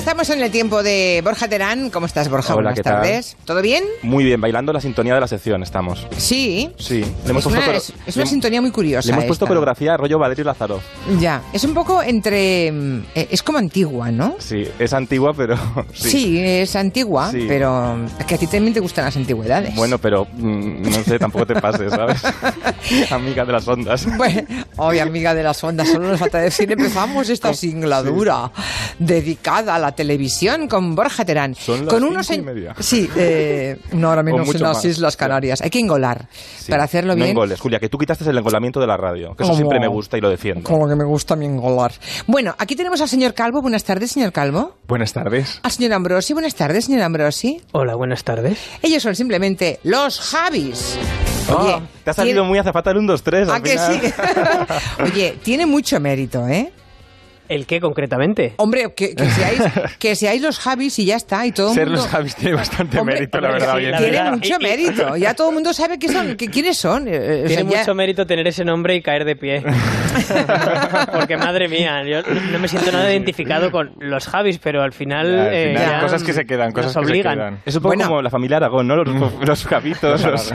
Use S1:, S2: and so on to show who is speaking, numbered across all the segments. S1: Viajamos en el tiempo de Borja Terán. ¿Cómo estás, Borja?
S2: Hola,
S1: Buenas
S2: ¿qué tal?
S1: tardes. ¿Todo bien?
S2: Muy bien, bailando la sintonía de la sección estamos.
S1: Sí.
S2: Sí, le hemos
S1: Es una,
S2: puesto,
S1: es-
S2: coro-
S1: es una
S2: le-
S1: sintonía ¿eh? muy curiosa.
S2: le hemos puesto
S1: esta.
S2: coreografía a rollo Valerio Lázaro.
S1: Ya. Es un poco entre. mm, eh, Es como antigua, ¿no?
S2: Sí, es antigua, pero.
S1: Sí, es antigua,
S2: Sí.
S1: pero es que a ti también te gustan las antigüedades.
S2: Bueno, pero mm, no sé, tampoco te pases, ¿sabes? Amiga de las ondas.
S1: Bueno, hoy amiga de las ondas, solo nos falta decir, empezamos esta singladura dedicada a la televisión con Borja Terán.
S2: Son las
S1: con unos
S2: cinco y
S1: en-
S2: media.
S1: Sí, eh, no, ahora menos
S2: mucho
S1: en las
S2: más,
S1: Islas
S2: ya.
S1: Canarias. Hay que engolar
S2: Sí,
S1: para hacerlo
S2: No
S1: bien.
S2: engoles, Julia, que tú quitaste el engolamiento de la radio, que eso
S1: Como-
S2: siempre me gusta y lo defiendo.
S1: Como que me gusta mi engolar. Bueno, aquí tenemos al señor Calvo. Buenas tardes, señor Calvo.
S2: Buenas tardes.
S1: Al señor Ambrosi. Buenas tardes, señor Ambrosi.
S3: Hola, buenas tardes.
S1: Ellos son simplemente los Javis. Oye,
S2: Ah, te ha salido
S1: tiene-
S2: muy azafata el 1, 2, 3.
S1: ¿A que sí? Oye, tiene mucho mérito, ¿eh?
S3: ¿El qué concretamente?
S1: Hombre, que, que seáis, que seáis los Javis y ya está. Y todo el
S2: Ser
S1: mundo...
S2: los Javis tiene bastante
S1: Hombre,
S2: mérito, la
S3: hombre,
S2: verdad.
S3: sí,
S2: hoy en
S3: la
S2: día.
S1: Tiene
S3: verdad.
S1: mucho
S3: Y- y-
S1: mérito. Ya todo el mundo sabe que son, que- quiénes son. Eh, eh, o
S3: Tiene
S1: sea, ya-
S3: mucho mérito tener ese nombre y caer de pie. Porque madre mía, yo no me siento nada identificado con los Javis, pero al final.
S4: Ya, al
S3: eh,
S4: final,
S3: ya
S4: cosas que se quedan, cosas
S3: nos
S4: que se
S3: obligan.
S4: quedan.
S2: Es un poco
S1: Bueno.
S2: como la familia Aragón, ¿no? Los, los javitos. los-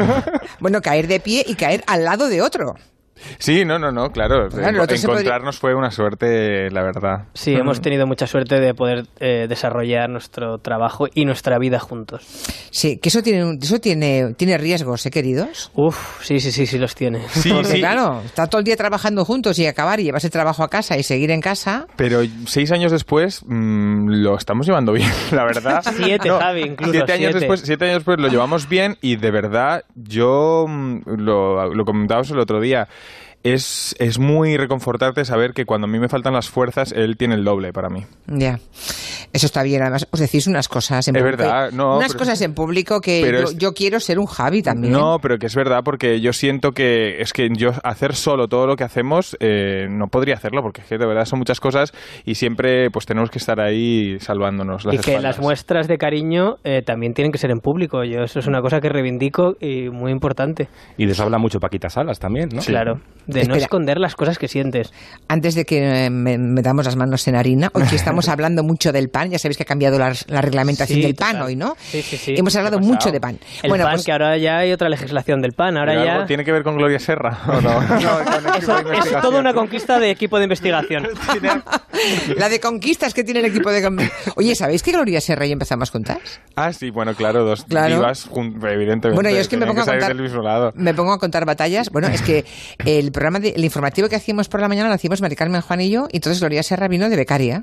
S1: Bueno, caer de pie y caer al lado de otro.
S4: Sí, no, no, no, claro.
S1: Claro, el otro se podría-
S4: Encontrarnos fue una suerte, la verdad.
S3: Sí, hemos tenido mucha suerte de poder eh, desarrollar nuestro trabajo y nuestra vida juntos.
S1: Sí, que eso tiene, un- eso tiene, tiene riesgos, ¿eh, queridos?
S3: Uf, sí, sí, sí, sí los tiene.
S4: Sí,
S1: Porque
S4: sí.
S1: claro, estar todo el día trabajando juntos y acabar y llevarse el trabajo a casa y seguir en casa.
S4: Pero seis años después mm, lo estamos llevando bien, la verdad.
S3: Siete, Javi, incluso,
S4: Siete años,
S3: siete.
S4: Después, siete años después lo llevamos bien y de verdad yo mm, lo, lo comentábamos el otro día. Es, es muy reconfortarte saber que cuando a mí me faltan las fuerzas, él tiene el doble para mí.
S1: Ya. Eso está bien, además os decís unas cosas en
S4: Es
S1: público.
S4: verdad, no,
S1: unas
S4: pero-
S1: cosas en público que
S4: pero
S1: yo,
S4: es-
S1: yo quiero ser un Javi también.
S4: No, pero que es verdad, porque yo siento que es que yo hacer solo todo lo que hacemos eh, no podría hacerlo, porque es que de verdad son muchas cosas y siempre pues tenemos que estar ahí salvándonos. Las
S3: y que
S4: espaldas.
S3: las muestras de cariño eh, también tienen que ser en público. Yo eso es una cosa que reivindico y muy importante.
S2: Y de eso habla mucho Paquita Salas también, ¿no?
S3: Claro, de no
S1: Espera.
S3: esconder las cosas que sientes.
S1: Antes de que eh, me, metamos las manos en harina, hoy que estamos hablando mucho del pan, ya sabéis que ha cambiado la, la reglamentación
S3: Sí,
S1: del pan
S3: total.
S1: hoy, ¿no?
S3: Sí, sí, sí.
S1: Hemos
S3: ¿Qué ha
S1: hablado
S3: pasado?
S1: mucho de pan.
S3: El pan,
S1: pues-
S3: que ahora ya hay otra legislación del pan. Ahora
S4: Pero
S3: ya.
S4: algo ¿Tiene que ver con Gloria Serra o no?
S3: Eso- Es, toda una conquista de equipo de investigación.
S1: La de conquistas que tiene el equipo de... Oye, ¿sabéis qué Gloria Serra y empezamos juntas?
S4: Ah, sí, bueno, claro, dos
S1: Claro.
S4: divas, jun- evidentemente.
S1: Bueno, yo es que me
S4: tenían
S1: pongo, a
S4: salir
S1: contar,
S4: del mismo lado.
S1: me pongo a contar batallas. Bueno, es que el programa, de- el informativo que hacíamos por la mañana lo hacíamos Mari Carmen Juan y yo, y entonces Gloria Serra vino de becaria.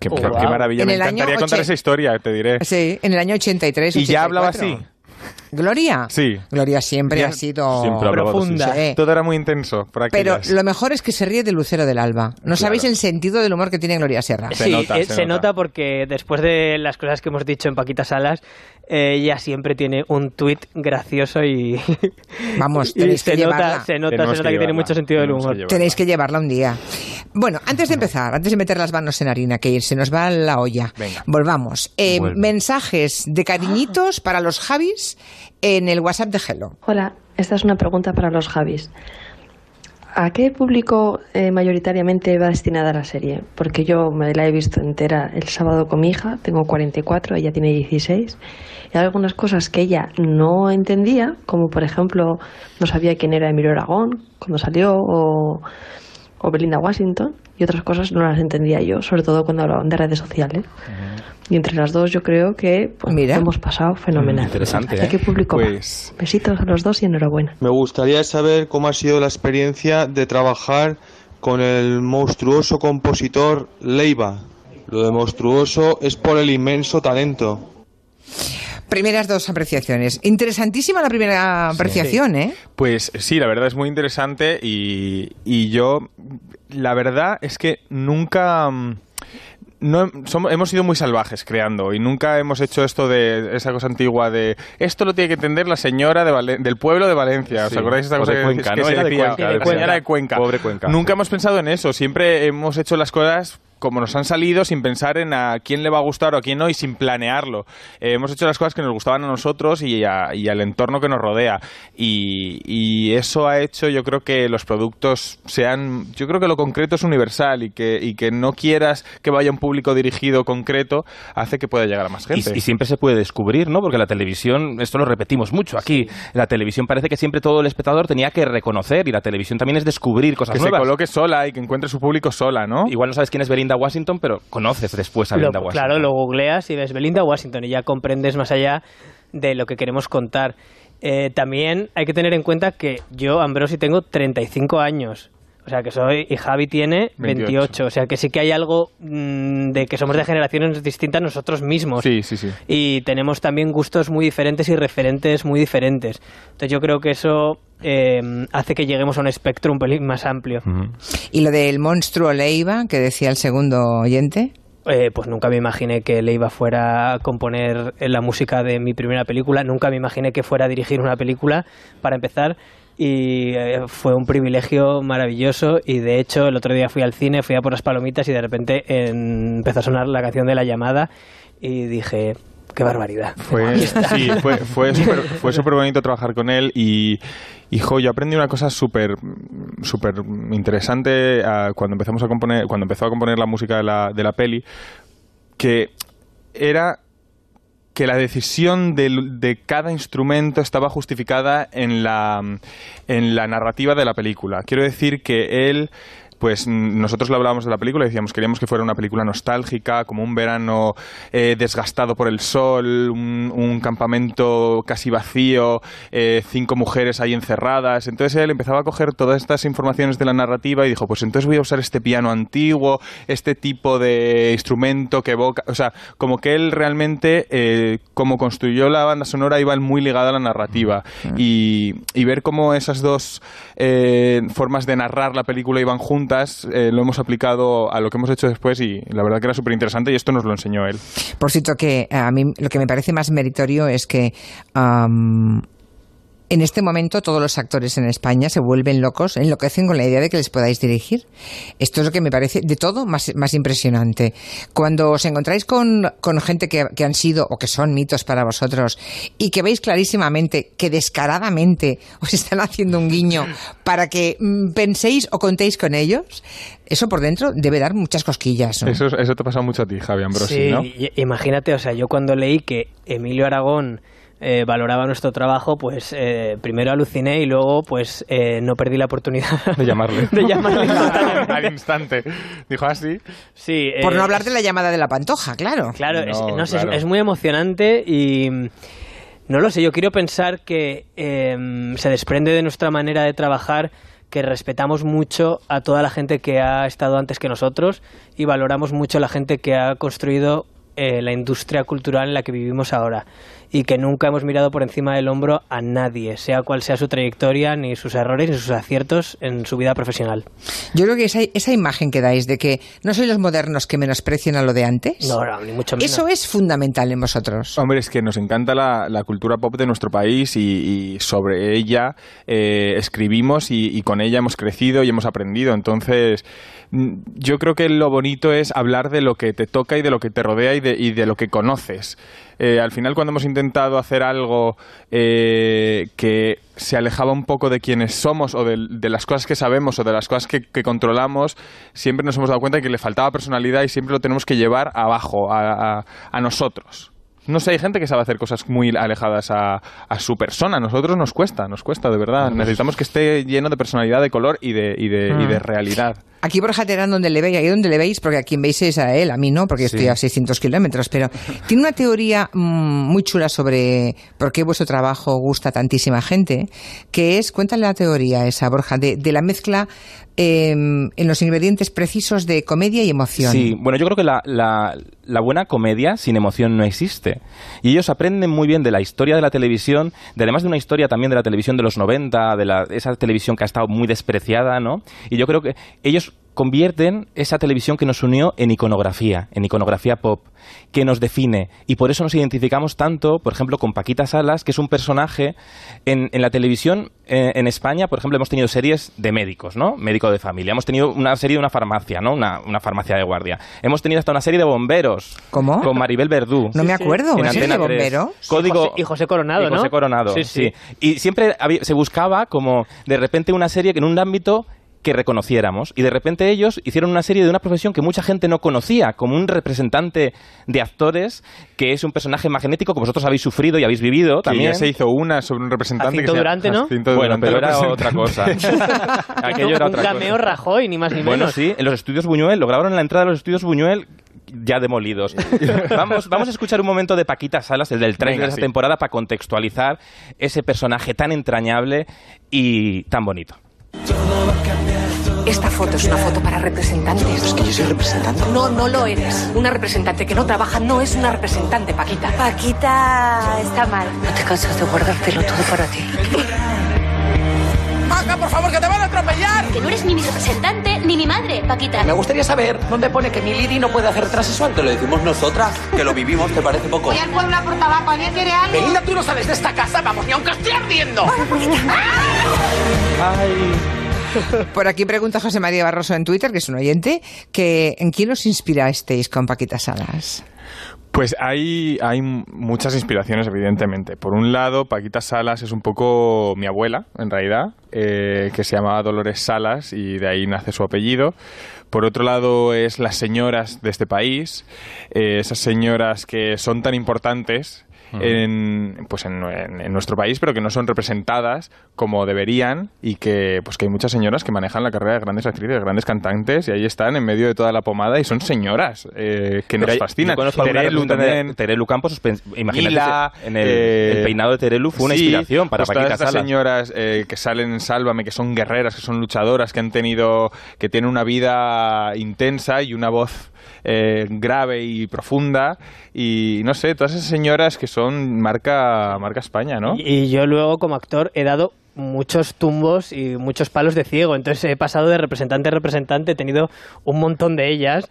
S4: Qué,
S3: Oh,
S4: qué
S3: wow.
S4: maravilla,
S1: En
S4: me
S1: el año
S4: encantaría contar
S1: ochen-
S4: esa historia, te diré.
S1: Sí, en el año 83.
S4: ¿Y ya hablaba
S1: 84.
S4: así?
S1: ¿Gloria?
S4: Sí.
S1: Gloria siempre
S4: Bien.
S1: ha sido...
S2: Siempre hablaba así.
S3: Profunda.
S1: Sí.
S4: Todo era muy intenso por
S1: Pero
S4: aquellas.
S1: lo mejor es que se ríe de Lucero del Alba. No sabéis el sentido del humor que tiene Gloria Serra.
S4: Se
S3: sí,
S4: nota,
S3: eh,
S4: se
S3: se,
S4: nota.
S3: nota. porque después de las cosas que hemos dicho en Paquita Salas, eh, ella siempre tiene un tuit gracioso y.
S1: Vamos,
S3: y
S1: tenéis
S3: se,
S1: que llevarla.
S3: nota, se nota, se
S4: Tenemos
S3: nota que, tiene
S4: llevarla,
S3: mucho sentido del
S4: tenemos que
S3: humor.
S4: llevarla.
S1: Tenéis que llevarla un día. Bueno, antes de empezar, antes de meter las manos en harina, que se nos va la olla,
S4: Venga.
S1: volvamos. Eh,
S2: Vuelve.
S1: mensajes de cariñitos para los Javis en el WhatsApp de Hello.
S5: Hola, esta es una pregunta para los Javis. ¿A qué público eh, mayoritariamente va destinada la serie? Porque yo me la he visto entera el sábado con mi hija, tengo 44, ella tiene 16, y hay algunas cosas que ella no entendía, como por ejemplo no sabía quién era Emilio Aragón cuando salió, o, o Belinda Washington, y otras cosas no las entendía yo, sobre todo cuando hablaban de redes sociales. Y entre las dos yo creo que pues,
S1: Mira.
S5: hemos pasado fenomenal.
S2: Interesante,
S5: Así
S2: ¿eh?
S5: que público va.
S4: Pues-
S5: Besitos a los dos y enhorabuena.
S6: Me gustaría saber cómo ha sido la experiencia de trabajar con el monstruoso compositor Leiva. Lo de monstruoso es por el inmenso talento.
S1: Primeras dos apreciaciones. Interesantísima la primera apreciación, ¿eh?
S4: Pues sí, la verdad es muy interesante y, y yo, la verdad es que nunca... mm, No, somos- hemos sido muy salvajes creando y nunca hemos hecho esto de esa cosa antigua de esto lo tiene que entender la señora de Valen- del pueblo de Valencia. ¿Os
S2: Sí,
S4: acordáis de esa
S2: o
S4: cosa
S2: de
S4: que,
S2: Cuenca,
S4: que
S2: ¿no?
S4: se
S2: Era de
S4: decía?
S2: Cuenca,
S3: de
S4: La señora de Cuenca.
S2: Pobre Cuenca,
S4: Nunca
S2: sí.
S4: hemos pensado en eso, siempre hemos hecho las cosas como nos han salido sin pensar en a quién le va a gustar o a quién no y sin planearlo. Eh, hemos hecho las cosas que nos gustaban a nosotros y, a- y al entorno que nos rodea. Y, y eso ha hecho, yo creo que los productos sean. Yo creo que lo concreto es universal y que, y que no quieras que vaya un público dirigido concreto hace que pueda llegar a más gente.
S7: Y, y siempre se puede descubrir, ¿no? Porque la televisión, esto lo repetimos mucho aquí, la televisión parece que siempre todo el espectador tenía que reconocer y la televisión también es descubrir cosas
S4: que se
S7: nuevas.
S4: coloque sola y que encuentre su público sola, ¿no?
S7: Igual no sabes quién es Belinda Washington, pero conoces después a
S3: Lo-
S7: Belinda Washington.
S3: Claro, lo googleas y ves Belinda Washington y ya comprendes más allá de lo que queremos contar. Eh, también hay que tener en cuenta que yo, Ambrosi, tengo 35 años. O sea, que soy, y Javi tiene 28.
S4: 28.
S3: O sea, que sí que hay algo mm, de que somos de generaciones distintas nosotros mismos.
S4: Sí, sí, sí.
S3: Y tenemos también gustos muy diferentes y referentes muy diferentes. Entonces yo creo que eso eh, hace que lleguemos a un espectro un pelín más amplio.
S1: Y lo del monstruo Leiva, que decía el segundo oyente.
S3: Eh, pues nunca me imaginé que le iba fuera a componer eh, la música de mi primera película, nunca me imaginé que fuera a dirigir una película para empezar y eh, fue un privilegio maravilloso y de hecho el otro día fui al cine, fui a por las palomitas y de repente en- empezó a sonar la canción de la llamada y dije, qué barbaridad.
S4: Fue, sí, fue, fue súper fue súper bonito trabajar con él y, hijo, yo aprendí una cosa súper súper interesante ah, cuando empezamos a componer, cuando empezó a componer la música de la, de la peli, que era que la decisión del- de, cada instrumento estaba justificada en la, en la narrativa de la película. Quiero decir que él, pues mm, nosotros le hablábamos de la película y decíamos queríamos que fuera una película nostálgica, como un verano eh, desgastado por el sol, un, un campamento casi vacío, eh, cinco mujeres ahí encerradas. Entonces él empezaba a coger todas estas informaciones de la narrativa y dijo, pues entonces voy a usar este piano antiguo, este tipo de instrumento que evoca... O sea, como que él realmente, eh, como construyó la banda sonora, iba muy ligada a la narrativa. Y, y ver cómo esas dos eh, formas de narrar la película iban juntas, eh, lo hemos aplicado a lo que hemos hecho después y la verdad que era súper interesante y esto nos lo enseñó él.
S1: Por cierto, que a mí lo que me parece más meritorio es que am, en este momento todos los actores en España se vuelven locos, enloquecen con la idea de que les podáis dirigir. Esto es lo que me parece de todo más, más impresionante. Cuando os encontráis con, con gente que, que han sido o que son mitos para vosotros y que veis clarísimamente que descaradamente os están haciendo un guiño para que mm, penséis o contéis con ellos, eso por dentro debe dar muchas cosquillas. ¿no?
S4: Eso, eso te pasa mucho a ti, Javi Ambrosi,
S3: sí,
S4: ¿no?
S3: y- imagínate, o sea, yo cuando leí que Emilio Aragón eh, valoraba nuestro trabajo, pues eh, primero aluciné y luego pues eh, no perdí la oportunidad
S4: De llamarle.
S3: de llamarle totalmente.
S4: Al instante. Dijo "Ah, así.
S3: Sí,
S1: Por
S3: eh,
S1: no hablar de la llamada de la pantoja, claro.
S3: Claro, es,
S4: No,
S3: no sé, es-
S4: claro.
S3: es muy emocionante y mm, no lo sé, yo quiero pensar que em, se desprende de nuestra manera de trabajar que respetamos mucho a toda la gente que ha estado antes que nosotros y valoramos mucho la gente que ha construido eh, la industria cultural en la que vivimos ahora y que nunca hemos mirado por encima del hombro a nadie, sea cual sea su trayectoria, ni sus errores, ni sus aciertos en su vida profesional.
S1: Yo creo que esa, esa imagen que dais de que no sois los modernos que menosprecian a lo de antes,
S3: No, no, ni mucho menos.
S1: eso es fundamental en
S7: Oh.
S1: vosotros.
S4: Hombre, es que nos encanta la, la cultura pop de nuestro país y, y sobre ella eh, escribimos y, y con ella hemos crecido y hemos aprendido. Entonces, mm, yo creo que lo bonito es hablar de lo que te toca y de lo que te rodea y de, y de lo que conoces. Eh, al final, cuando hemos intentado hacer algo eh, que se alejaba un poco de quienes somos o de, de las cosas que sabemos o de las cosas que, que controlamos, siempre nos hemos dado cuenta de que le faltaba personalidad y siempre lo tenemos que llevar abajo, a- a- a nosotros. No sé, hay gente que sabe hacer cosas muy alejadas a, a su persona. A nosotros nos cuesta, nos cuesta, de verdad. Necesitamos que esté lleno de personalidad, de color y de, y de, y de realidad.
S1: Aquí Borja Terán, donde le veis, ahí donde le veis, porque a quien veis es a él, a mí no, porque estoy a 600 kilómetros, pero tiene una teoría mm, muy chula sobre por qué vuestro trabajo gusta a tantísima gente, que es, cuéntale la teoría esa, Borja, de, de la mezcla eh, en los ingredientes precisos de comedia y emoción.
S7: Sí, bueno, yo creo que la, la- la buena comedia sin emoción no existe. Y ellos aprenden muy bien de la historia de la televisión, de además de una historia también de la televisión de los 90, de la- esa televisión que ha estado muy despreciada, ¿no? Y yo creo que ellos convierten esa televisión que nos unió en iconografía, en iconografía pop, que nos define. Y por eso nos identificamos tanto, por ejemplo, con Paquita Salas, que es un personaje en, en la televisión eh, en España, por ejemplo, hemos tenido series de médicos, ¿no? Médico de familia. Hemos tenido una serie de una farmacia, ¿no? Una, una farmacia de guardia. Hemos tenido hasta una serie de bomberos.
S1: ¿Cómo?
S7: Con Maribel Verdú.
S1: No me acuerdo.
S7: En
S1: ¿Es el
S7: Antena
S1: de
S7: 3.
S1: bombero?
S7: Código...
S3: Y José, y José Coronado,
S7: Y
S3: ¿no?
S7: José Coronado,
S3: Sí,
S7: sí,
S3: sí.
S7: Y siempre había- se buscaba como de repente una serie que en un ámbito que reconociéramos y de repente ellos hicieron una serie de una profesión que mucha gente no conocía como un representante de actores que es un personaje magnético que vosotros habéis sufrido y habéis vivido
S4: Que
S7: también
S4: ya se hizo una sobre un representante.
S3: Jacinto
S4: que se llama-
S3: Durante, ¿no?
S4: Jacinto
S7: bueno
S4: Durante
S7: pero era otra
S4: representante.
S7: cosa aquello era
S3: un
S7: otra
S3: cameo
S7: cosa
S3: Rajoy, ni más ni
S7: bueno,
S3: menos.
S7: sí, en los estudios Buñuel, lograron la entrada de los estudios Buñuel ya demolidos. vamos, vamos a escuchar un momento de Paquita Salas, el del tren
S4: Venga,
S7: de esa
S4: sí.
S7: temporada, para contextualizar ese personaje tan entrañable y tan bonito.
S8: Esta foto es una foto para representantes. Es que yo soy representante. No, no lo eres. Una representante que no trabaja no es una representante, Paquita.
S9: Paquita está mal.
S8: ¿No te cansas de guardártelo todo para ti?
S9: Que no eres ni mi representante ni mi madre, Paquita.
S10: Me gustaría saber dónde pone que Miliri no puede hacer transexual. Te lo decimos nosotras, que lo vivimos, ¿te parece poco?
S9: al pueblo por tabaco, ¿alguien quiere algo?
S10: Belinda, tú no sales de esta casa, vamos, ni aunque esté ardiendo.
S1: Por aquí pregunta José María Barroso en Twitter, que es un oyente, que ¿en quién os inspirasteis con Paquita Salas?
S4: Pues hay, hay muchas inspiraciones, evidentemente. Por un lado, Paquita Salas es un poco mi abuela, en realidad, eh, que se llamaba Dolores Salas y de ahí nace su apellido. Por otro lado, es las señoras de este país, eh, esas señoras que son tan importantes en, pues en, en- en nuestro país, pero que no son representadas como deberían y que, pues que hay muchas señoras que manejan la carrera de grandes actrices, de grandes cantantes y ahí están en medio de toda la pomada y son señoras eh, que
S7: Pero
S4: nos
S7: hay-
S4: fascinan.
S7: yo conozco alguna
S4: Terelu
S7: representante de-
S4: también.
S7: Terelu Campos, os pen- imagínate,
S4: Mila,
S7: en el,
S4: eh,
S7: el peinado de Terelu fue una
S4: sí,
S7: inspiración para
S4: pues todas
S7: Paquita
S4: estas
S7: Salas.
S4: señoras eh, que salen en Sálvame, que son guerreras, que son luchadoras, que han tenido, que tienen una vida intensa y una voz eh, grave y profunda y no sé, todas esas señoras que son marca, marca España, ¿no?
S3: Y y yo luego, como actor, he dado muchos tumbos y muchos palos de ciego. Entonces he pasado de representante a representante, he tenido un montón de ellas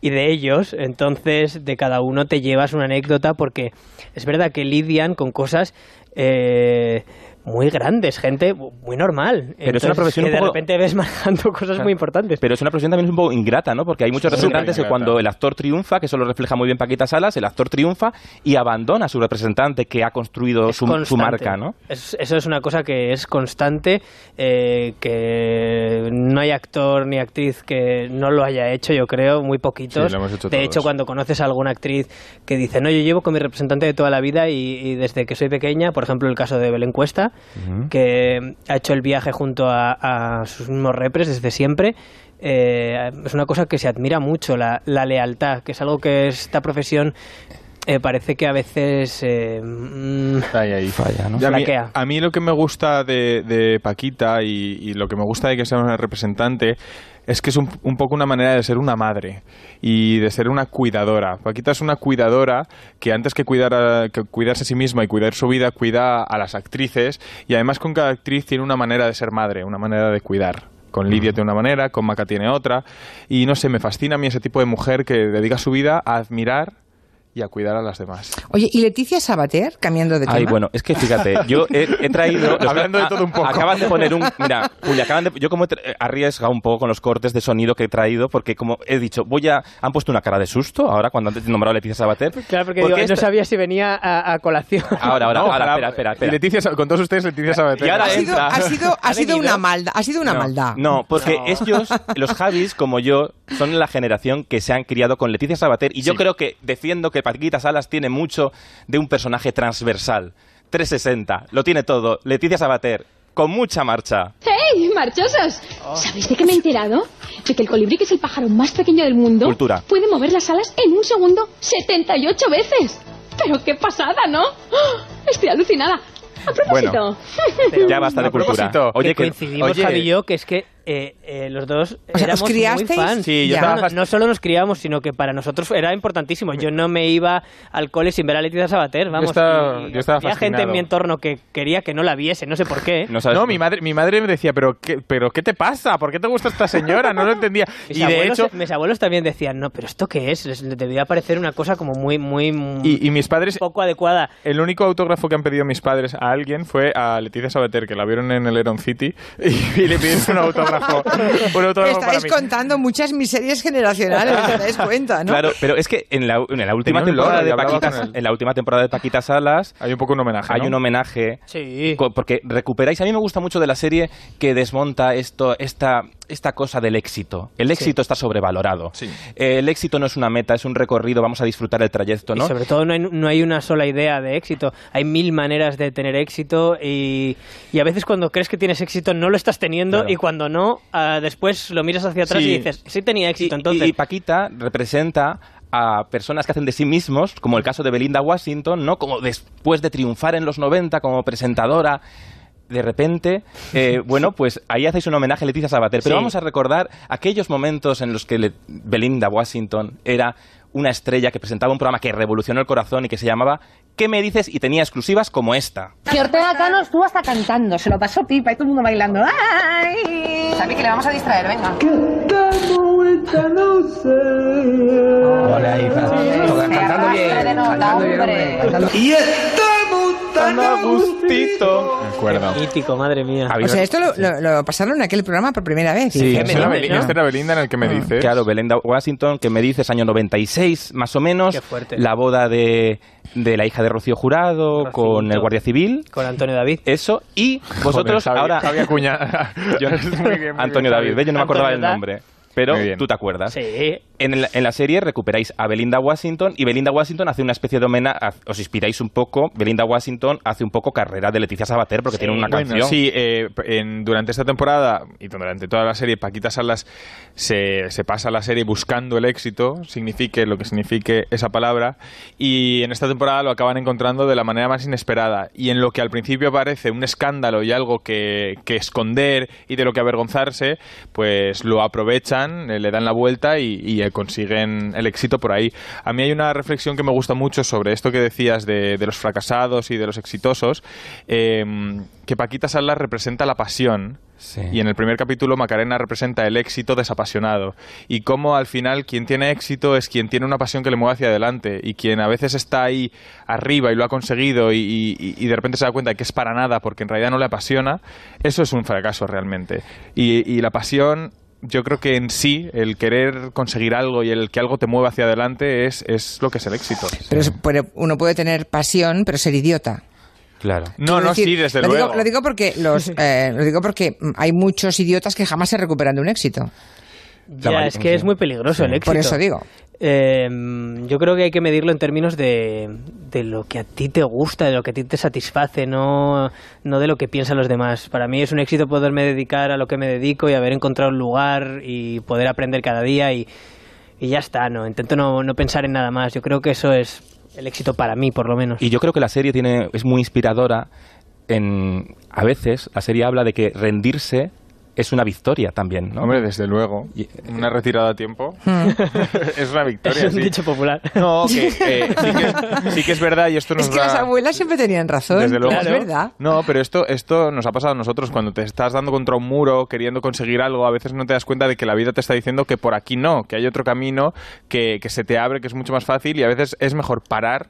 S3: y de ellos. Entonces de cada uno te llevas una anécdota porque es verdad que lidian con cosas... eh, muy grandes, gente muy normal.
S7: Pero es una profesión
S3: que
S7: un
S3: de
S7: poco-
S3: repente ves manejando cosas muy importantes.
S7: Pero es una profesión también un poco ingrata, ¿no? Porque hay muchos
S4: Sí,
S7: representantes que
S4: ingrata.
S7: cuando el actor triunfa, que eso lo refleja muy bien Paquita Salas, el actor triunfa y abandona a su representante que ha construido
S3: Es
S7: su- su
S3: constante.
S7: marca, ¿no?
S3: Es- eso es una cosa que es constante, eh, que no hay actor ni actriz que no lo haya hecho, yo creo, muy poquitos.
S4: Sí, lo hemos hecho
S3: de
S4: todos.
S3: hecho, cuando conoces a alguna actriz que dice, no, yo llevo con mi representante de toda la vida y, y desde que soy pequeña, por ejemplo, el caso de Belén Cuesta, que ha hecho el viaje junto a, a sus mismos repres desde siempre. eh, es una cosa que se admira mucho, la, la lealtad, que es algo que esta profesión eh, parece que a veces eh, mm,
S4: Ahí, ahí.
S7: Falla, ¿no?
S4: Y a, mí,
S3: Flaquea.
S4: a mí lo que me gusta de, de Paquita y, y lo que me gusta de que sea una representante es que es un, un poco una manera de ser una madre y de ser una cuidadora. Paquita es una cuidadora que antes que, cuidar a- que cuidarse a sí misma y cuidar su vida, cuida a las actrices y además con cada actriz tiene una manera de ser madre, una manera de cuidar. Con Lidia tiene una manera, con Maca tiene otra. Y no sé, me fascina a mí ese tipo de mujer que dedica su vida a admirar y a cuidar a las demás.
S1: Oye, ¿y Leticia Sabater, cambiando de tema?
S7: Ay, bueno, es que fíjate, yo he, he traído. los-
S4: Hablando de todo un poco.
S7: Acaban de poner un. Mira, Julia, acaban de. Yo como he tra- he arriesgado un poco con los cortes de sonido que he traído, porque como he dicho, voy a. Han puesto una cara de susto ahora cuando antes he nombrado a Leticia Sabater.
S3: Claro, porque, digo, no
S7: esta-
S3: sabía si venía a, a colación.
S7: Ahora, ahora, ahora,
S4: No, ojalá-
S7: espera, espera, espera.
S4: Y Leticia, Sa- con todos ustedes, Leticia Sabater.
S7: Y ahora
S1: ha sido,
S7: entra.
S1: ha sido, ha
S7: ¿Ha
S1: sido una
S7: venido?
S1: maldad, ha sido una
S7: no,
S1: maldad.
S7: No, porque ellos, los Javis, como yo, son la generación que se han criado con Leticia Sabater y yo creo que defiendo que Paquita Salas tiene mucho de un personaje transversal. 360, lo tiene todo. Leticia Sabater, con mucha marcha.
S9: ¡Hey, marchosos!
S11: Oh.
S9: ¿Sabéis de qué me he enterado? De que el colibrí, que es el pájaro más pequeño del mundo,
S7: Cultura.
S9: puede mover las alas en un segundo 78 veces. Pero qué pasada, ¿no? ¡Ah! Estoy alucinada. A propósito,
S7: Ya basta de
S4: A propósito.
S7: cultura.
S4: Oye,
S3: que coincidimos,
S4: oye,
S3: Javi y yo, que es que eh, eh, los dos
S1: O sea, ¿os
S3: éramos
S1: criasteis?
S3: muy fans.
S1: Sí, yo Ya.
S3: no,
S1: estaba
S3: no- no solo nos criamos, sino que para nosotros era importantísimo. Yo no me iba al cole sin ver a Leticia Sabater, vamos.
S4: estaba-
S3: y
S4: yo estaba
S3: había gente en
S4: fascinado.
S3: mi entorno que quería que no la viese, no sé por qué.
S4: No, mi madre, mi madre me decía, pero qué, pero qué te pasa, ¿por qué te gusta esta señora? No lo entendía.
S3: Mis,
S4: y de
S3: abuelos,
S4: hecho,
S3: mis abuelos también decían, no, pero ¿esto qué es? Les debía parecer una cosa como muy, muy, muy
S4: y, y mis padres,
S3: poco adecuada.
S4: el único autógrafo que han pedido mis padres a alguien fue a Leticia Sabater, que la vieron en el Eron City y, y le pidieron un autógrafo. Un
S1: Me
S4: autógrafo para
S1: estáis
S4: mí.
S1: contando muchas miserias generacionales, ¿os dais cuenta, no?
S7: Claro, pero es que en la, en la última
S4: Ah, un
S7: temporada
S4: blog y
S7: de
S4: hablaba
S7: Paquita,
S4: con él.
S7: en la última temporada de Paquita Salas
S4: Hay un poco un homenaje.
S7: hay
S4: ¿no?
S7: un homenaje
S3: Sí.
S7: co- porque recuperáis a mí me gusta mucho de la serie que desmonta esto esta esta cosa del éxito. El éxito está sobrevalorado.
S4: Sí.
S7: Eh, El éxito no es una meta, es un recorrido, vamos a disfrutar el trayecto, ¿no?
S3: Y sobre todo no hay, no hay una sola idea de éxito. Hay mil maneras de tener éxito y, y a veces cuando crees que tienes éxito no lo estás teniendo
S7: Claro.
S3: y cuando no, ah, después lo miras hacia atrás
S7: Sí.
S3: y dices, sí tenía éxito
S7: Y-
S3: entonces.
S7: Y, y Paquita representa a personas que hacen de sí mismos, como el caso de Belinda Washington, ¿no? Como después de triunfar en los 90 como presentadora, de repente, eh, bueno, pues ahí hacéis un homenaje a Leticia Sabater. Pero
S3: Sí.
S7: vamos a recordar aquellos momentos en los que Le- Belinda Washington era una estrella que presentaba un programa que revolucionó el corazón y que se llamaba ¿Qué me dices? y tenía exclusivas como esta.
S12: Que Ortega Cano estuvo hasta cantando, se lo pasó pipa y todo el mundo bailando. ¡Ay!
S8: Sabe que le vamos a distraer, venga.
S10: Hola, hija. Cantando bien. Cantando bien, hombre. Cantando- Y estamos tan a gustito.
S4: De acuerdo.
S3: Mítico, madre mía.
S1: O sea, esto lo, lo- lo pasaron en aquel programa por primera vez.
S7: Sí,
S4: Este era Belinda- este era Belinda en el que me dices.
S7: Ah. Claro, Belinda Washington, que me dices año 96, más o menos.
S3: Qué fuerte.
S7: La boda de, de la hija de Rocío Jurado
S3: Rocío.
S7: con el Guardia Civil.
S3: Con Antonio David.
S7: Eso. Y vosotros
S4: Joder, Javi-
S7: ahora.
S4: Javi Acuña. Yo- muy bien, muy bien,
S7: Antonio David, ¿ves? Yo no me acordaba
S3: Antonio
S7: del
S3: David.
S7: nombre. Pero
S4: Muy bien.
S7: tú te acuerdas.
S3: Sí.
S7: En, la- en la serie recuperáis a Belinda Washington y Belinda Washington hace una especie de homenaje. Os inspiráis un poco. Belinda Washington hace un poco carrera de Leticia Sabater porque tiene una
S4: Bueno,
S7: canción.
S4: sí, eh, en- durante esta temporada y durante toda la serie, Paquita Salas se, se pasa la serie buscando el éxito, signifique lo que signifique esa palabra, y en esta temporada lo acaban encontrando de la manera más inesperada. Y en lo que al principio parece un escándalo y algo que, que esconder y de lo que avergonzarse, pues lo aprovechan, eh, le dan la vuelta y, y, eh, consiguen el éxito por ahí. A mí hay una reflexión que me gusta mucho sobre esto que decías de, de los fracasados y de los exitosos, eh, que Paquita Salas representa la pasión.
S7: Sí.
S4: Y en el primer capítulo Macarena representa el éxito desapasionado y cómo al final quien tiene éxito es quien tiene una pasión que le mueve hacia adelante y quien a veces está ahí arriba y lo ha conseguido y, y- y de repente se da cuenta que es para nada porque en realidad no le apasiona, eso es un fracaso realmente. Y, y la pasión, yo creo que en sí, el querer conseguir algo y el que algo te mueva hacia adelante es, es lo que es el éxito.
S1: Pero es- pero uno puede tener pasión, pero ser idiota.
S7: Claro.
S4: No,
S1: Quiero
S4: no,
S1: decir,
S4: sí, desde
S1: lo
S4: luego.
S1: Digo, lo digo porque los, eh, lo digo porque mm, hay muchos idiotas que jamás se recuperan de un éxito.
S3: Ya, es que es muy peligroso el éxito.
S1: Por eso digo.
S3: Eh, yo creo que hay que medirlo en términos de, de lo que a ti te gusta, de lo que a ti te satisface, no, no de lo que piensan los demás. Para mí es un éxito poderme dedicar a lo que me dedico y haber encontrado un lugar y poder aprender cada día y, y ya está, no intento no, no pensar en nada más. Yo creo que eso es el éxito para mí, por lo menos.
S7: Y yo creo que la serie tiene, es muy inspiradora. En, a veces la serie habla de que rendirse es una victoria también, ¿no?
S4: Hombre, desde luego. Una retirada a tiempo
S1: Hmm.
S4: es una victoria.
S3: es un
S4: sí.
S3: dicho popular.
S4: No, que eh, sí, que sí que es verdad y esto nos
S1: Es que
S4: da-
S1: las abuelas siempre tenían razón.
S4: Desde luego.
S1: Es verdad.
S4: No, pero esto, esto nos ha pasado a nosotros cuando te estás dando contra un muro, queriendo conseguir algo, a veces no te das cuenta de que la vida te está diciendo que por aquí no, que hay otro camino que, que se te abre, que es mucho más fácil y a veces es mejor parar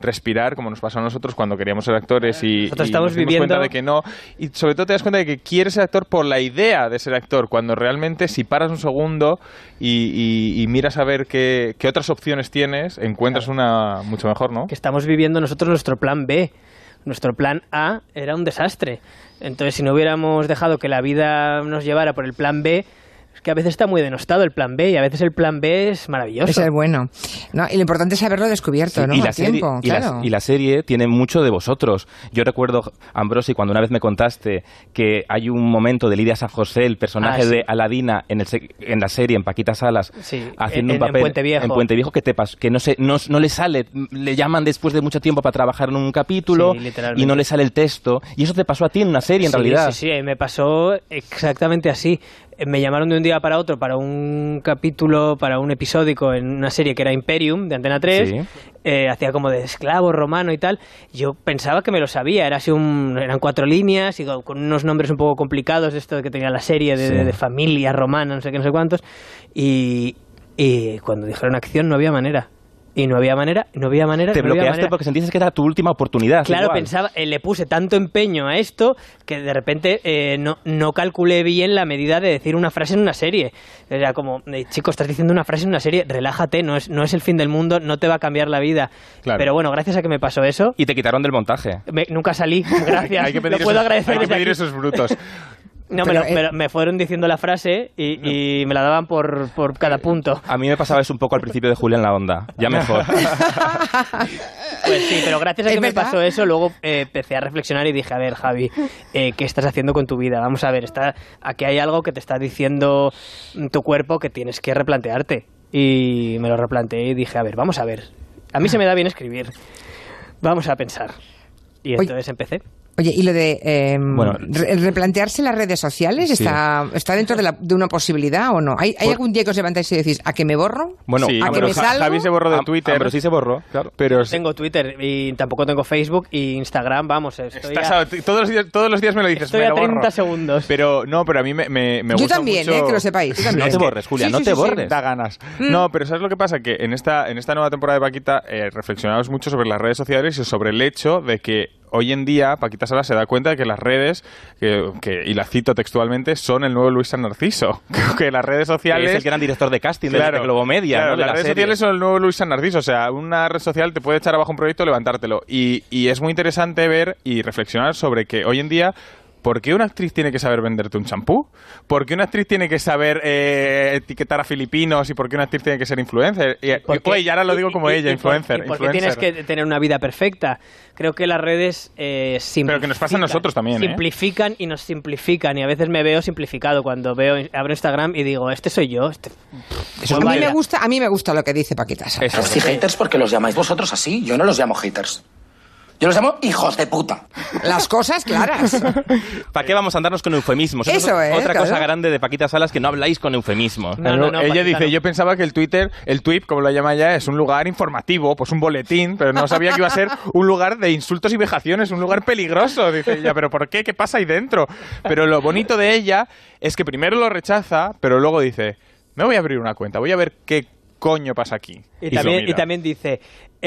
S4: respirar como nos pasó a nosotros cuando queríamos ser actores y,
S3: Nosotros
S4: y
S3: estamos
S4: nos dimos
S3: viviendo-
S4: cuenta de que no y sobre todo te das cuenta de que quieres ser actor por la idea de ser actor cuando realmente si paras un segundo y, y- y miras a ver qué, qué otras opciones tienes encuentras una mucho mejor ¿no?
S3: que estamos viviendo nosotros nuestro plan B. Nuestro plan A era un desastre. Entonces, si no hubiéramos dejado que la vida nos llevara por el plan B, Es que a veces está muy denostado el plan B y a veces el plan B es maravilloso.
S1: Ese es bueno. No, y lo importante es haberlo descubierto, ¿no?
S7: y,
S1: A
S7: la serie,
S1: tiempo,
S7: y la-
S1: claro.
S7: y la serie tiene mucho de vosotros. Yo recuerdo, Ambrosi, cuando una vez me contaste que hay un momento de Lidia San José, el personaje
S3: Ah, sí.
S7: de Aladina en, el se- en la serie, en Paquita Salas,
S3: Sí,
S7: haciendo
S3: en-
S7: un
S3: en
S7: papel
S3: Puente Viejo.
S7: en Puente Viejo que, te pas- que no, se, no, no le sale, le llaman después de mucho tiempo para trabajar en un capítulo
S3: Sí, literalmente.
S7: y no le sale el texto. Y eso te pasó a ti en una serie, en
S3: Sí,
S7: realidad.
S3: Sí, sí, me pasó exactamente así. Eh, Me llamaron de un día para otro para un capítulo, para un episódico en una serie que era Imperium de Antena 3.
S7: Sí.
S3: Eh, hacía como de esclavo romano y tal. Yo pensaba que me lo sabía. Era así un, eran cuatro líneas y con con unos nombres un poco complicados de esto que tenía la serie de,
S7: Sí.
S3: de familia romana, no sé qué, no sé cuántos. Y, y cuando dijeron acción no había manera. Y no había manera, no había manera.
S7: Te
S3: no había
S7: bloqueaste
S3: manera.
S7: porque sentiste que era tu última oportunidad.
S3: Claro,
S7: igual.
S3: pensaba, eh, le puse tanto empeño a esto que de repente eh, no, no calculé bien la medida de decir una frase en una serie. Era como, eh, chico, estás diciendo una frase en una serie, relájate, no es, no es el fin del mundo, no te va a cambiar la vida.
S7: Claro.
S3: Pero bueno, gracias a que me pasó eso,
S7: Y te quitaron del montaje.
S3: me- nunca salí. Gracias,
S4: Hay que
S3: lo
S4: pedir
S3: puedo
S4: esos-
S3: agradecer
S4: hay que
S3: desde
S4: pedir
S3: aquí.
S4: esos brutos.
S3: No, me,
S1: Pero,
S3: lo-
S1: eh,
S3: me lo- me fueron diciendo la frase y, y me la daban por, por cada
S4: Eh,
S3: punto.
S7: A mí me pasaba eso un poco al principio de Julia en la onda. Ya mejor.
S3: Pues sí, pero gracias a
S1: ¿Es
S3: que me
S1: verdad?
S3: pasó eso, luego eh, empecé a reflexionar y dije, a ver, Javi, eh, ¿qué estás haciendo con tu vida? Vamos a ver, está, aquí hay algo que te está diciendo mm, tu cuerpo que tienes que replantearte. Y me lo replanteé y dije, a ver, vamos a ver. A mí se me da bien escribir. Vamos a pensar. Y
S1: Oye.
S3: entonces empecé.
S1: Oye, y lo de eh,
S7: Bueno.
S1: re- replantearse las redes sociales, ¿está, ¿está dentro de, la- de una posibilidad o no? ¿Hay, hay algún día que os levantáis y decís, ¿a qué me borro?
S7: Bueno,
S4: Sí,
S1: ¿a que
S4: bueno,
S1: me
S4: Ja-
S1: salgo?
S4: Javi se borró de
S7: Am-
S4: Twitter.
S7: Ambrosí se borró, claro.
S4: Pero sí-
S3: Tengo Twitter y tampoco tengo Facebook y Instagram, vamos, estoy
S4: estás
S3: a,
S4: a- todos, los días, todos los días me lo dices.
S3: estoy
S4: me
S3: a
S4: lo borro.
S3: 30 segundos.
S4: Pero no, pero a mí me, me, me
S1: Yo
S4: gusta
S1: también,
S4: mucho-
S1: eh, que lo sepáis, yo también.
S7: No te borres, Julia, no te borres.
S4: Da ganas.
S1: Mm.
S4: No, pero ¿sabes lo que pasa? Que en esta, en esta nueva temporada de Paquita eh, reflexionamos mucho sobre las redes sociales y sobre el hecho de que hoy en día Paquita Sala se da cuenta de que las redes, que, que- y la cito textualmente, son el nuevo Luis San Narciso. que las redes
S7: Que
S4: sociales...
S7: es el gran director de casting de- de Globo Media,
S4: claro,
S7: ¿no? De
S4: las
S7: la
S4: redes
S7: serie.
S4: sociales son el nuevo Luis San Narciso. O sea, una red social te puede echar abajo un proyecto y levantártelo. Y, y es muy interesante ver y reflexionar sobre que hoy en día. ¿Por qué una actriz tiene que saber venderte un champú? ¿Por qué una actriz tiene que saber eh, etiquetar a filipinos? ¿Y por qué una actriz tiene que ser influencer? Y,
S3: ¿Por qué?
S4: oye, y ahora lo digo como
S3: Y- y-
S4: ella,
S3: y por-
S4: influencer.
S3: y porque
S4: influencer.
S3: tienes que tener una vida perfecta. Creo que las redes eh, simplifican.
S4: Pero que nos pasa a nosotros también, ¿eh?
S3: Simplifican y nos simplifican. Y a veces me veo simplificado cuando veo abro Instagram y digo, este soy yo. Este...
S7: Eso
S1: a,
S7: es
S1: mí
S7: mentira.
S1: me gusta, a mí me gusta lo que dice Paquita Salas.
S7: pues
S13: Sí,
S7: Eso.
S13: haters porque los llamáis vosotros así. Yo no los llamo haters. Yo los llamo hijos de puta.
S1: Las cosas claras.
S7: ¿Para qué vamos a andarnos con eufemismos?
S1: Eso es,
S7: Otra
S1: claro.
S7: cosa grande de Paquita Salas que no habláis con eufemismos.
S3: No, no, no,
S4: ella
S3: Paquita,
S4: dice,
S3: no.
S4: yo pensaba que el Twitter, el tweet, como lo llama ella, es un lugar informativo, pues un boletín, pero no sabía que iba a ser un lugar de insultos y vejaciones, un lugar peligroso. Dice ella, pero ¿por qué? ¿Qué pasa ahí dentro? Pero lo bonito de ella es que primero lo rechaza, pero luego dice, me voy a abrir una cuenta, voy a ver qué coño pasa aquí.
S3: Y,
S4: lo
S3: también, y
S4: mira.
S3: también dice,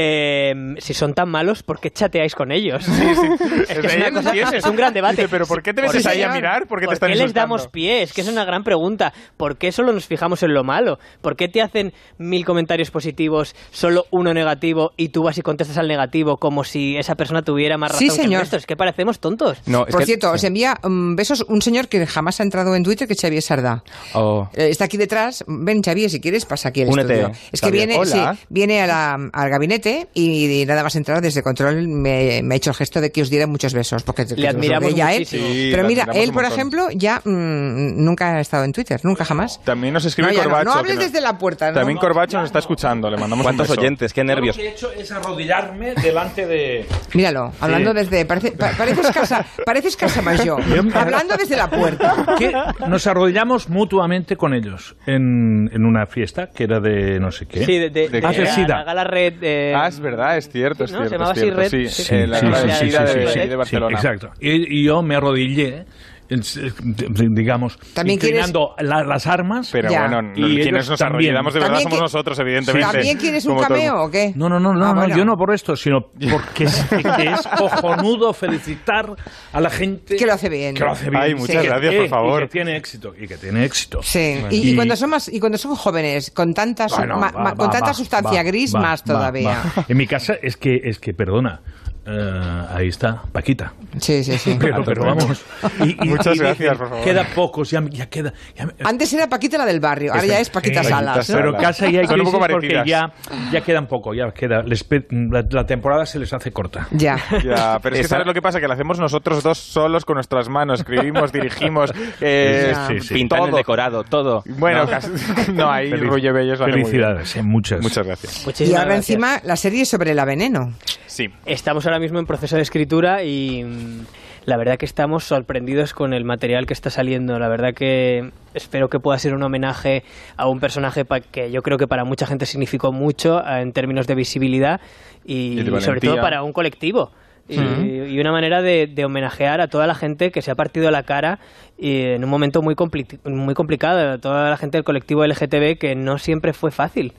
S3: ehm, si son tan malos, ¿por qué chateáis con ellos? es, que es,
S4: Ella
S3: una
S4: no
S3: cosa-
S4: entiende.
S3: es un gran debate.
S4: Dice, pero ¿por qué te metes
S3: Sí,
S4: ahí a
S3: señor.
S4: mirar? ¿Por qué te
S3: ¿Por
S4: están
S3: qué les
S4: insultando?
S3: damos pie? Es que es una gran pregunta. ¿Por qué solo nos fijamos en lo malo? ¿Por qué te hacen mil comentarios positivos, solo uno negativo, y tú vas y contestas al negativo como si esa persona tuviera más razón
S1: Sí,
S3: que el
S1: señor.
S3: resto? Es que parecemos tontos.
S7: No, es
S1: Por
S7: que-
S1: cierto, os envía mm, besos un señor que jamás ha entrado en Twitter, que es Xavier Sardá.
S7: Oh.
S1: Eh, Está aquí detrás. Ven, Xavier, si quieres, pasa aquí al
S7: Únete,
S1: estudio. Es que
S7: Xavier.
S1: viene,
S4: Hola.
S1: sí, viene a la- al gabinete y, nada más entrar desde control me, me ha hecho el gesto de que os diera muchos besos. Porque que os
S3: Le admiramos
S1: dé a él.
S3: muchísimo.
S4: Sí,
S1: Pero
S4: le
S1: mira,
S4: admiramos
S1: él,
S4: un
S1: por
S4: montón.
S1: ejemplo, ya mm, nunca ha estado en Twitter, nunca jamás.
S4: También nos escribe
S1: No, ya no.
S4: Corbacho.
S1: No hables
S4: que
S1: desde la puerta, ¿no?
S4: También Corbacho nos está escuchando, le mandamos un
S7: ¿Cuántos
S4: beso.
S7: oyentes? Qué nervios.
S10: Yo lo que he hecho es arrodillarme delante de...
S1: Míralo, hablando desde. Parece, pa- pareces casa, pareces casa mayor. hablando desde la puerta.
S10: que nos arrodillamos mutuamente con ellos en, en una fiesta que era de no sé qué.
S3: Sí, de, de-
S4: ¿De
S3: de- de-
S4: qué?
S10: Ah, sí,
S3: la,
S10: da.
S3: la gala red. eh,
S4: Ah, es verdad, es cierto, es
S3: ¿no? Se
S4: cierto.
S3: llamaba
S4: es
S3: así
S4: cierto,
S3: Red-
S4: sí,
S3: sí,
S4: en la
S3: sí,
S4: Gran
S3: sí, sí,
S4: Avenida
S3: sí,
S4: de,
S3: sí,
S4: de
S3: sí,
S4: Barcelona.
S10: exacto. Y, y yo me arrodillé, en- digamos,
S1: También quieres-
S10: inclinando la- las armas.
S4: Pero
S1: Ya.
S4: bueno, no-
S10: Y
S4: quienes
S10: ellos
S4: nos
S10: también.
S4: arrodillamos de verdad
S1: También
S4: somos
S1: que-
S4: nosotros, evidentemente.
S1: ¿También quieres un
S4: Como todo el
S1: cameo
S4: mundo.
S1: o qué?
S10: No, no, no, no,
S1: Ah,
S10: no,
S1: bueno.
S10: yo no por esto, sino porque es, que es cojonudo felicitar a la gente
S1: Que lo hace bien.
S10: que lo hace bien.
S4: Ay, muchas
S10: Sí.
S4: gracias,
S10: Eh,
S4: por favor.
S10: Y que tiene éxito, y que tiene éxito.
S1: Sí, y, y cuando son más, y cuando son jóvenes, con tanta, su-
S10: Bueno,
S1: ma-
S10: va,
S1: ma-
S10: va,
S1: con tanta
S10: va,
S1: sustancia
S10: va,
S1: gris,
S10: va,
S1: más
S10: va,
S1: todavía.
S10: va. En mi casa es que, es que perdona,
S11: Eh, ahí está, Paquita.
S1: Sí, sí, sí.
S11: Pero, pero vamos.
S4: Muchas gracias, por favor.
S11: Queda poco, ya, ya queda. ya me-
S1: Antes era Paquita la del barrio, ahora ya
S10: Este,
S1: es Paquita
S10: eh,
S11: Sí,
S1: Salas. ¿no?
S11: Pero casa ya hay
S4: Son un
S11: crisis
S4: poco
S11: porque
S4: parecidas.
S11: ya, ya quedan poco, ya queda. les pe- la, la temporada se les hace corta.
S1: Ya.
S4: Ya, pero es que
S11: Esa-
S4: sabes lo que pasa, que lo hacemos nosotros dos solos con nuestras manos, escribimos, dirigimos, eh,
S11: Sí, sí, sí.
S7: Pintan el
S4: todo.
S7: decorado, todo.
S4: Bueno,
S7: No.
S4: casi- no, ahí
S11: Feliz-
S4: Rullo Bello sale muy bien.
S11: Felicidades, eh, muchas.
S4: Muchas gracias.
S1: y
S3: Muchísimas
S1: ahora
S3: gracias.
S1: encima la serie sobre el aveneno.
S4: Sí.
S3: Estamos ahora mismo en proceso de escritura y mm, la verdad que estamos sorprendidos con el material que está saliendo. La verdad que espero que pueda ser un homenaje a un personaje pa- que yo creo que para mucha gente significó mucho eh, en términos de visibilidad y,
S14: Y de
S3: sobre
S14: valentía.
S3: todo para un colectivo. Y,
S14: Ujú.
S3: y una manera de, de homenajear a toda la gente que se ha partido la cara y en un momento muy, compli- muy complicado, a toda la gente del colectivo LGTB que no siempre fue fácil.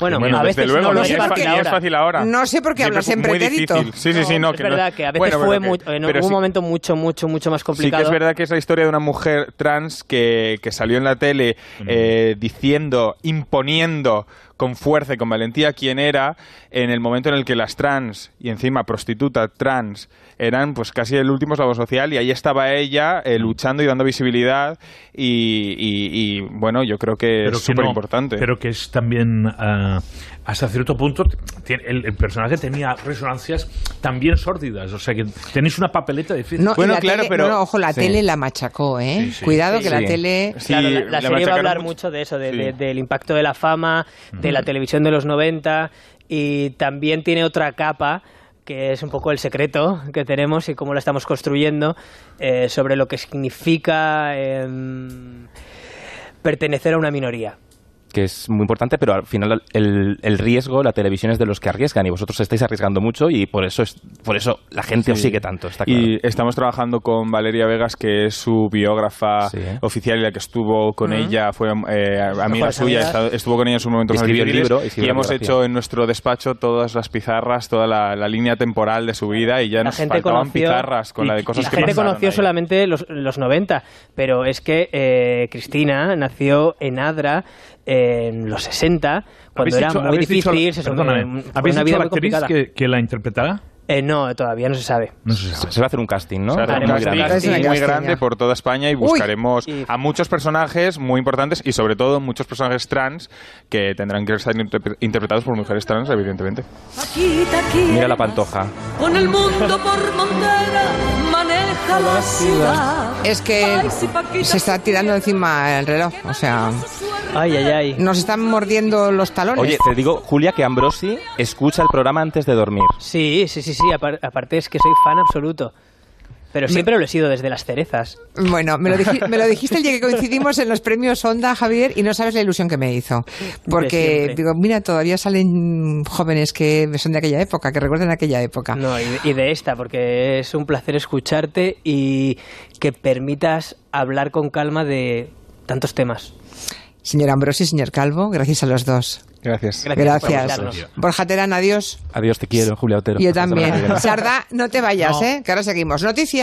S3: Bueno,
S4: Bueno,
S3: a veces
S4: desde luego,
S3: no lo
S4: ni
S3: es
S4: es fa-
S3: fácil
S4: ni es
S3: ahora.
S4: fácil ahora.
S1: No sé por qué
S4: Siempre
S1: hablas
S4: fue
S1: en
S4: muy
S1: pretérito.
S4: difícil. Sí, sí, sí, no.
S3: es
S4: no-
S3: verdad que a veces
S4: Bueno,
S3: fue
S4: pero
S3: mucho-
S4: que-
S3: en
S4: pero
S3: un
S4: sí-
S3: momento mucho, mucho, mucho más complicado.
S4: Sí que es verdad que es la historia de una mujer trans que, que salió en la tele eh, diciendo, imponiendo con fuerza y con valentía quién era, en el momento en el que las trans, y encima prostituta trans, eran pues casi el último eslabón social, y ahí estaba ella eh, luchando y dando visibilidad, y, y- y, bueno, yo creo que
S11: Pero
S4: es
S11: que no-
S4: súper importante.
S11: pero que es también ah, hasta cierto punto tiene- el, el personaje tenía resonancias también sórdidas, o sea que tenéis una papeleta difícil.
S1: No, y la tele- no, ojo, la tele la machacó, ¿eh? Cuidado que la tele...
S3: Claro, la, la serie va a hablar mucho de eso, de- de- del impacto de la fama, de la televisión de los 90 y también tiene otra capa que es un poco el secreto que tenemos y cómo la estamos construyendo eh, sobre lo que significa em, pertenecer a una minoría.
S7: que es muy importante, pero al final el, el riesgo, la televisión es de los que arriesgan y vosotros estáis arriesgando mucho y por eso es, por eso la gente os
S4: Sí.
S7: sigue tanto. Está claro.
S4: Y estamos trabajando con Valeria Vegas, que es su biógrafa oficial y la que estuvo con
S7: Ujú.
S4: ella, fue eh, amiga
S7: Mejores
S4: suya,
S7: amigas.
S4: esta- estuvo con ella en su momento.
S7: Escribió el libro, escribió
S4: y
S7: la
S4: hemos
S7: biografía.
S4: hecho en nuestro despacho todas las pizarras, toda la, la línea temporal de su vida y ya
S3: la
S4: nos
S3: gente
S4: faltaban
S3: conoció,
S4: pizarras con la de cosas
S3: la
S4: que
S3: gente
S4: pasaron
S3: conoció
S4: ahí.
S3: solamente los, los 90 pero es que eh, Cristina nació en Adra eh, en los 60 cuando
S11: ¿Habéis
S3: era
S11: dicho-
S3: muy
S11: habéis dicho-
S3: difícil se sufrió
S11: perdóname,
S3: un- fue
S11: ¿habéis dicho
S3: una vida
S11: a la
S3: muy
S11: actriz
S3: complicada
S11: que, que la interpretará?
S3: Eh, no todavía no se sabe
S11: No se sabe.
S7: Se va a hacer un casting, ¿no?
S4: O sea,
S7: Muy
S4: un casting
S7: grande.
S4: muy grande por toda España y
S7: Uy.
S4: buscaremos a muchos personajes muy importantes y sobre todo muchos personajes trans que tendrán que ser interpre- interpretados por mujeres trans, evidentemente.
S7: Mira la pantoja.
S10: Con el mundo por montera maneja la ciudad.
S1: Es que se está tirando encima el reloj, o sea...
S3: Ay, ay, ay.
S1: Nos están mordiendo los talones.
S7: Oye, te digo, Julia, que Ambrosi escucha el programa antes de dormir.
S3: sí sí sí sí apar- aparte es que soy fan absoluto pero siempre lo he sido desde las cerezas
S1: Bueno, me lo, dij- me lo dijiste el día que coincidimos en los premios Onda, Javier, y no sabes la ilusión que me hizo.
S3: De
S1: Porque,
S3: siempre.
S1: digo, mira, todavía salen jóvenes que son de aquella época, que recuerdan aquella época.
S3: No, y, y de esta, porque es un placer escucharte y que permitas hablar con calma de tantos temas.
S1: Señor Ambrosi, señor Calvo, gracias a los dos.
S4: Gracias.
S1: Gracias. Borja Terán, adiós.
S7: Adiós, te quiero, Julia Otero.
S1: Yo
S7: Hasta la semana que
S1: también.
S7: viene.
S1: Sarda, no te vayas, ¿eh? Que ahora seguimos. Noticias.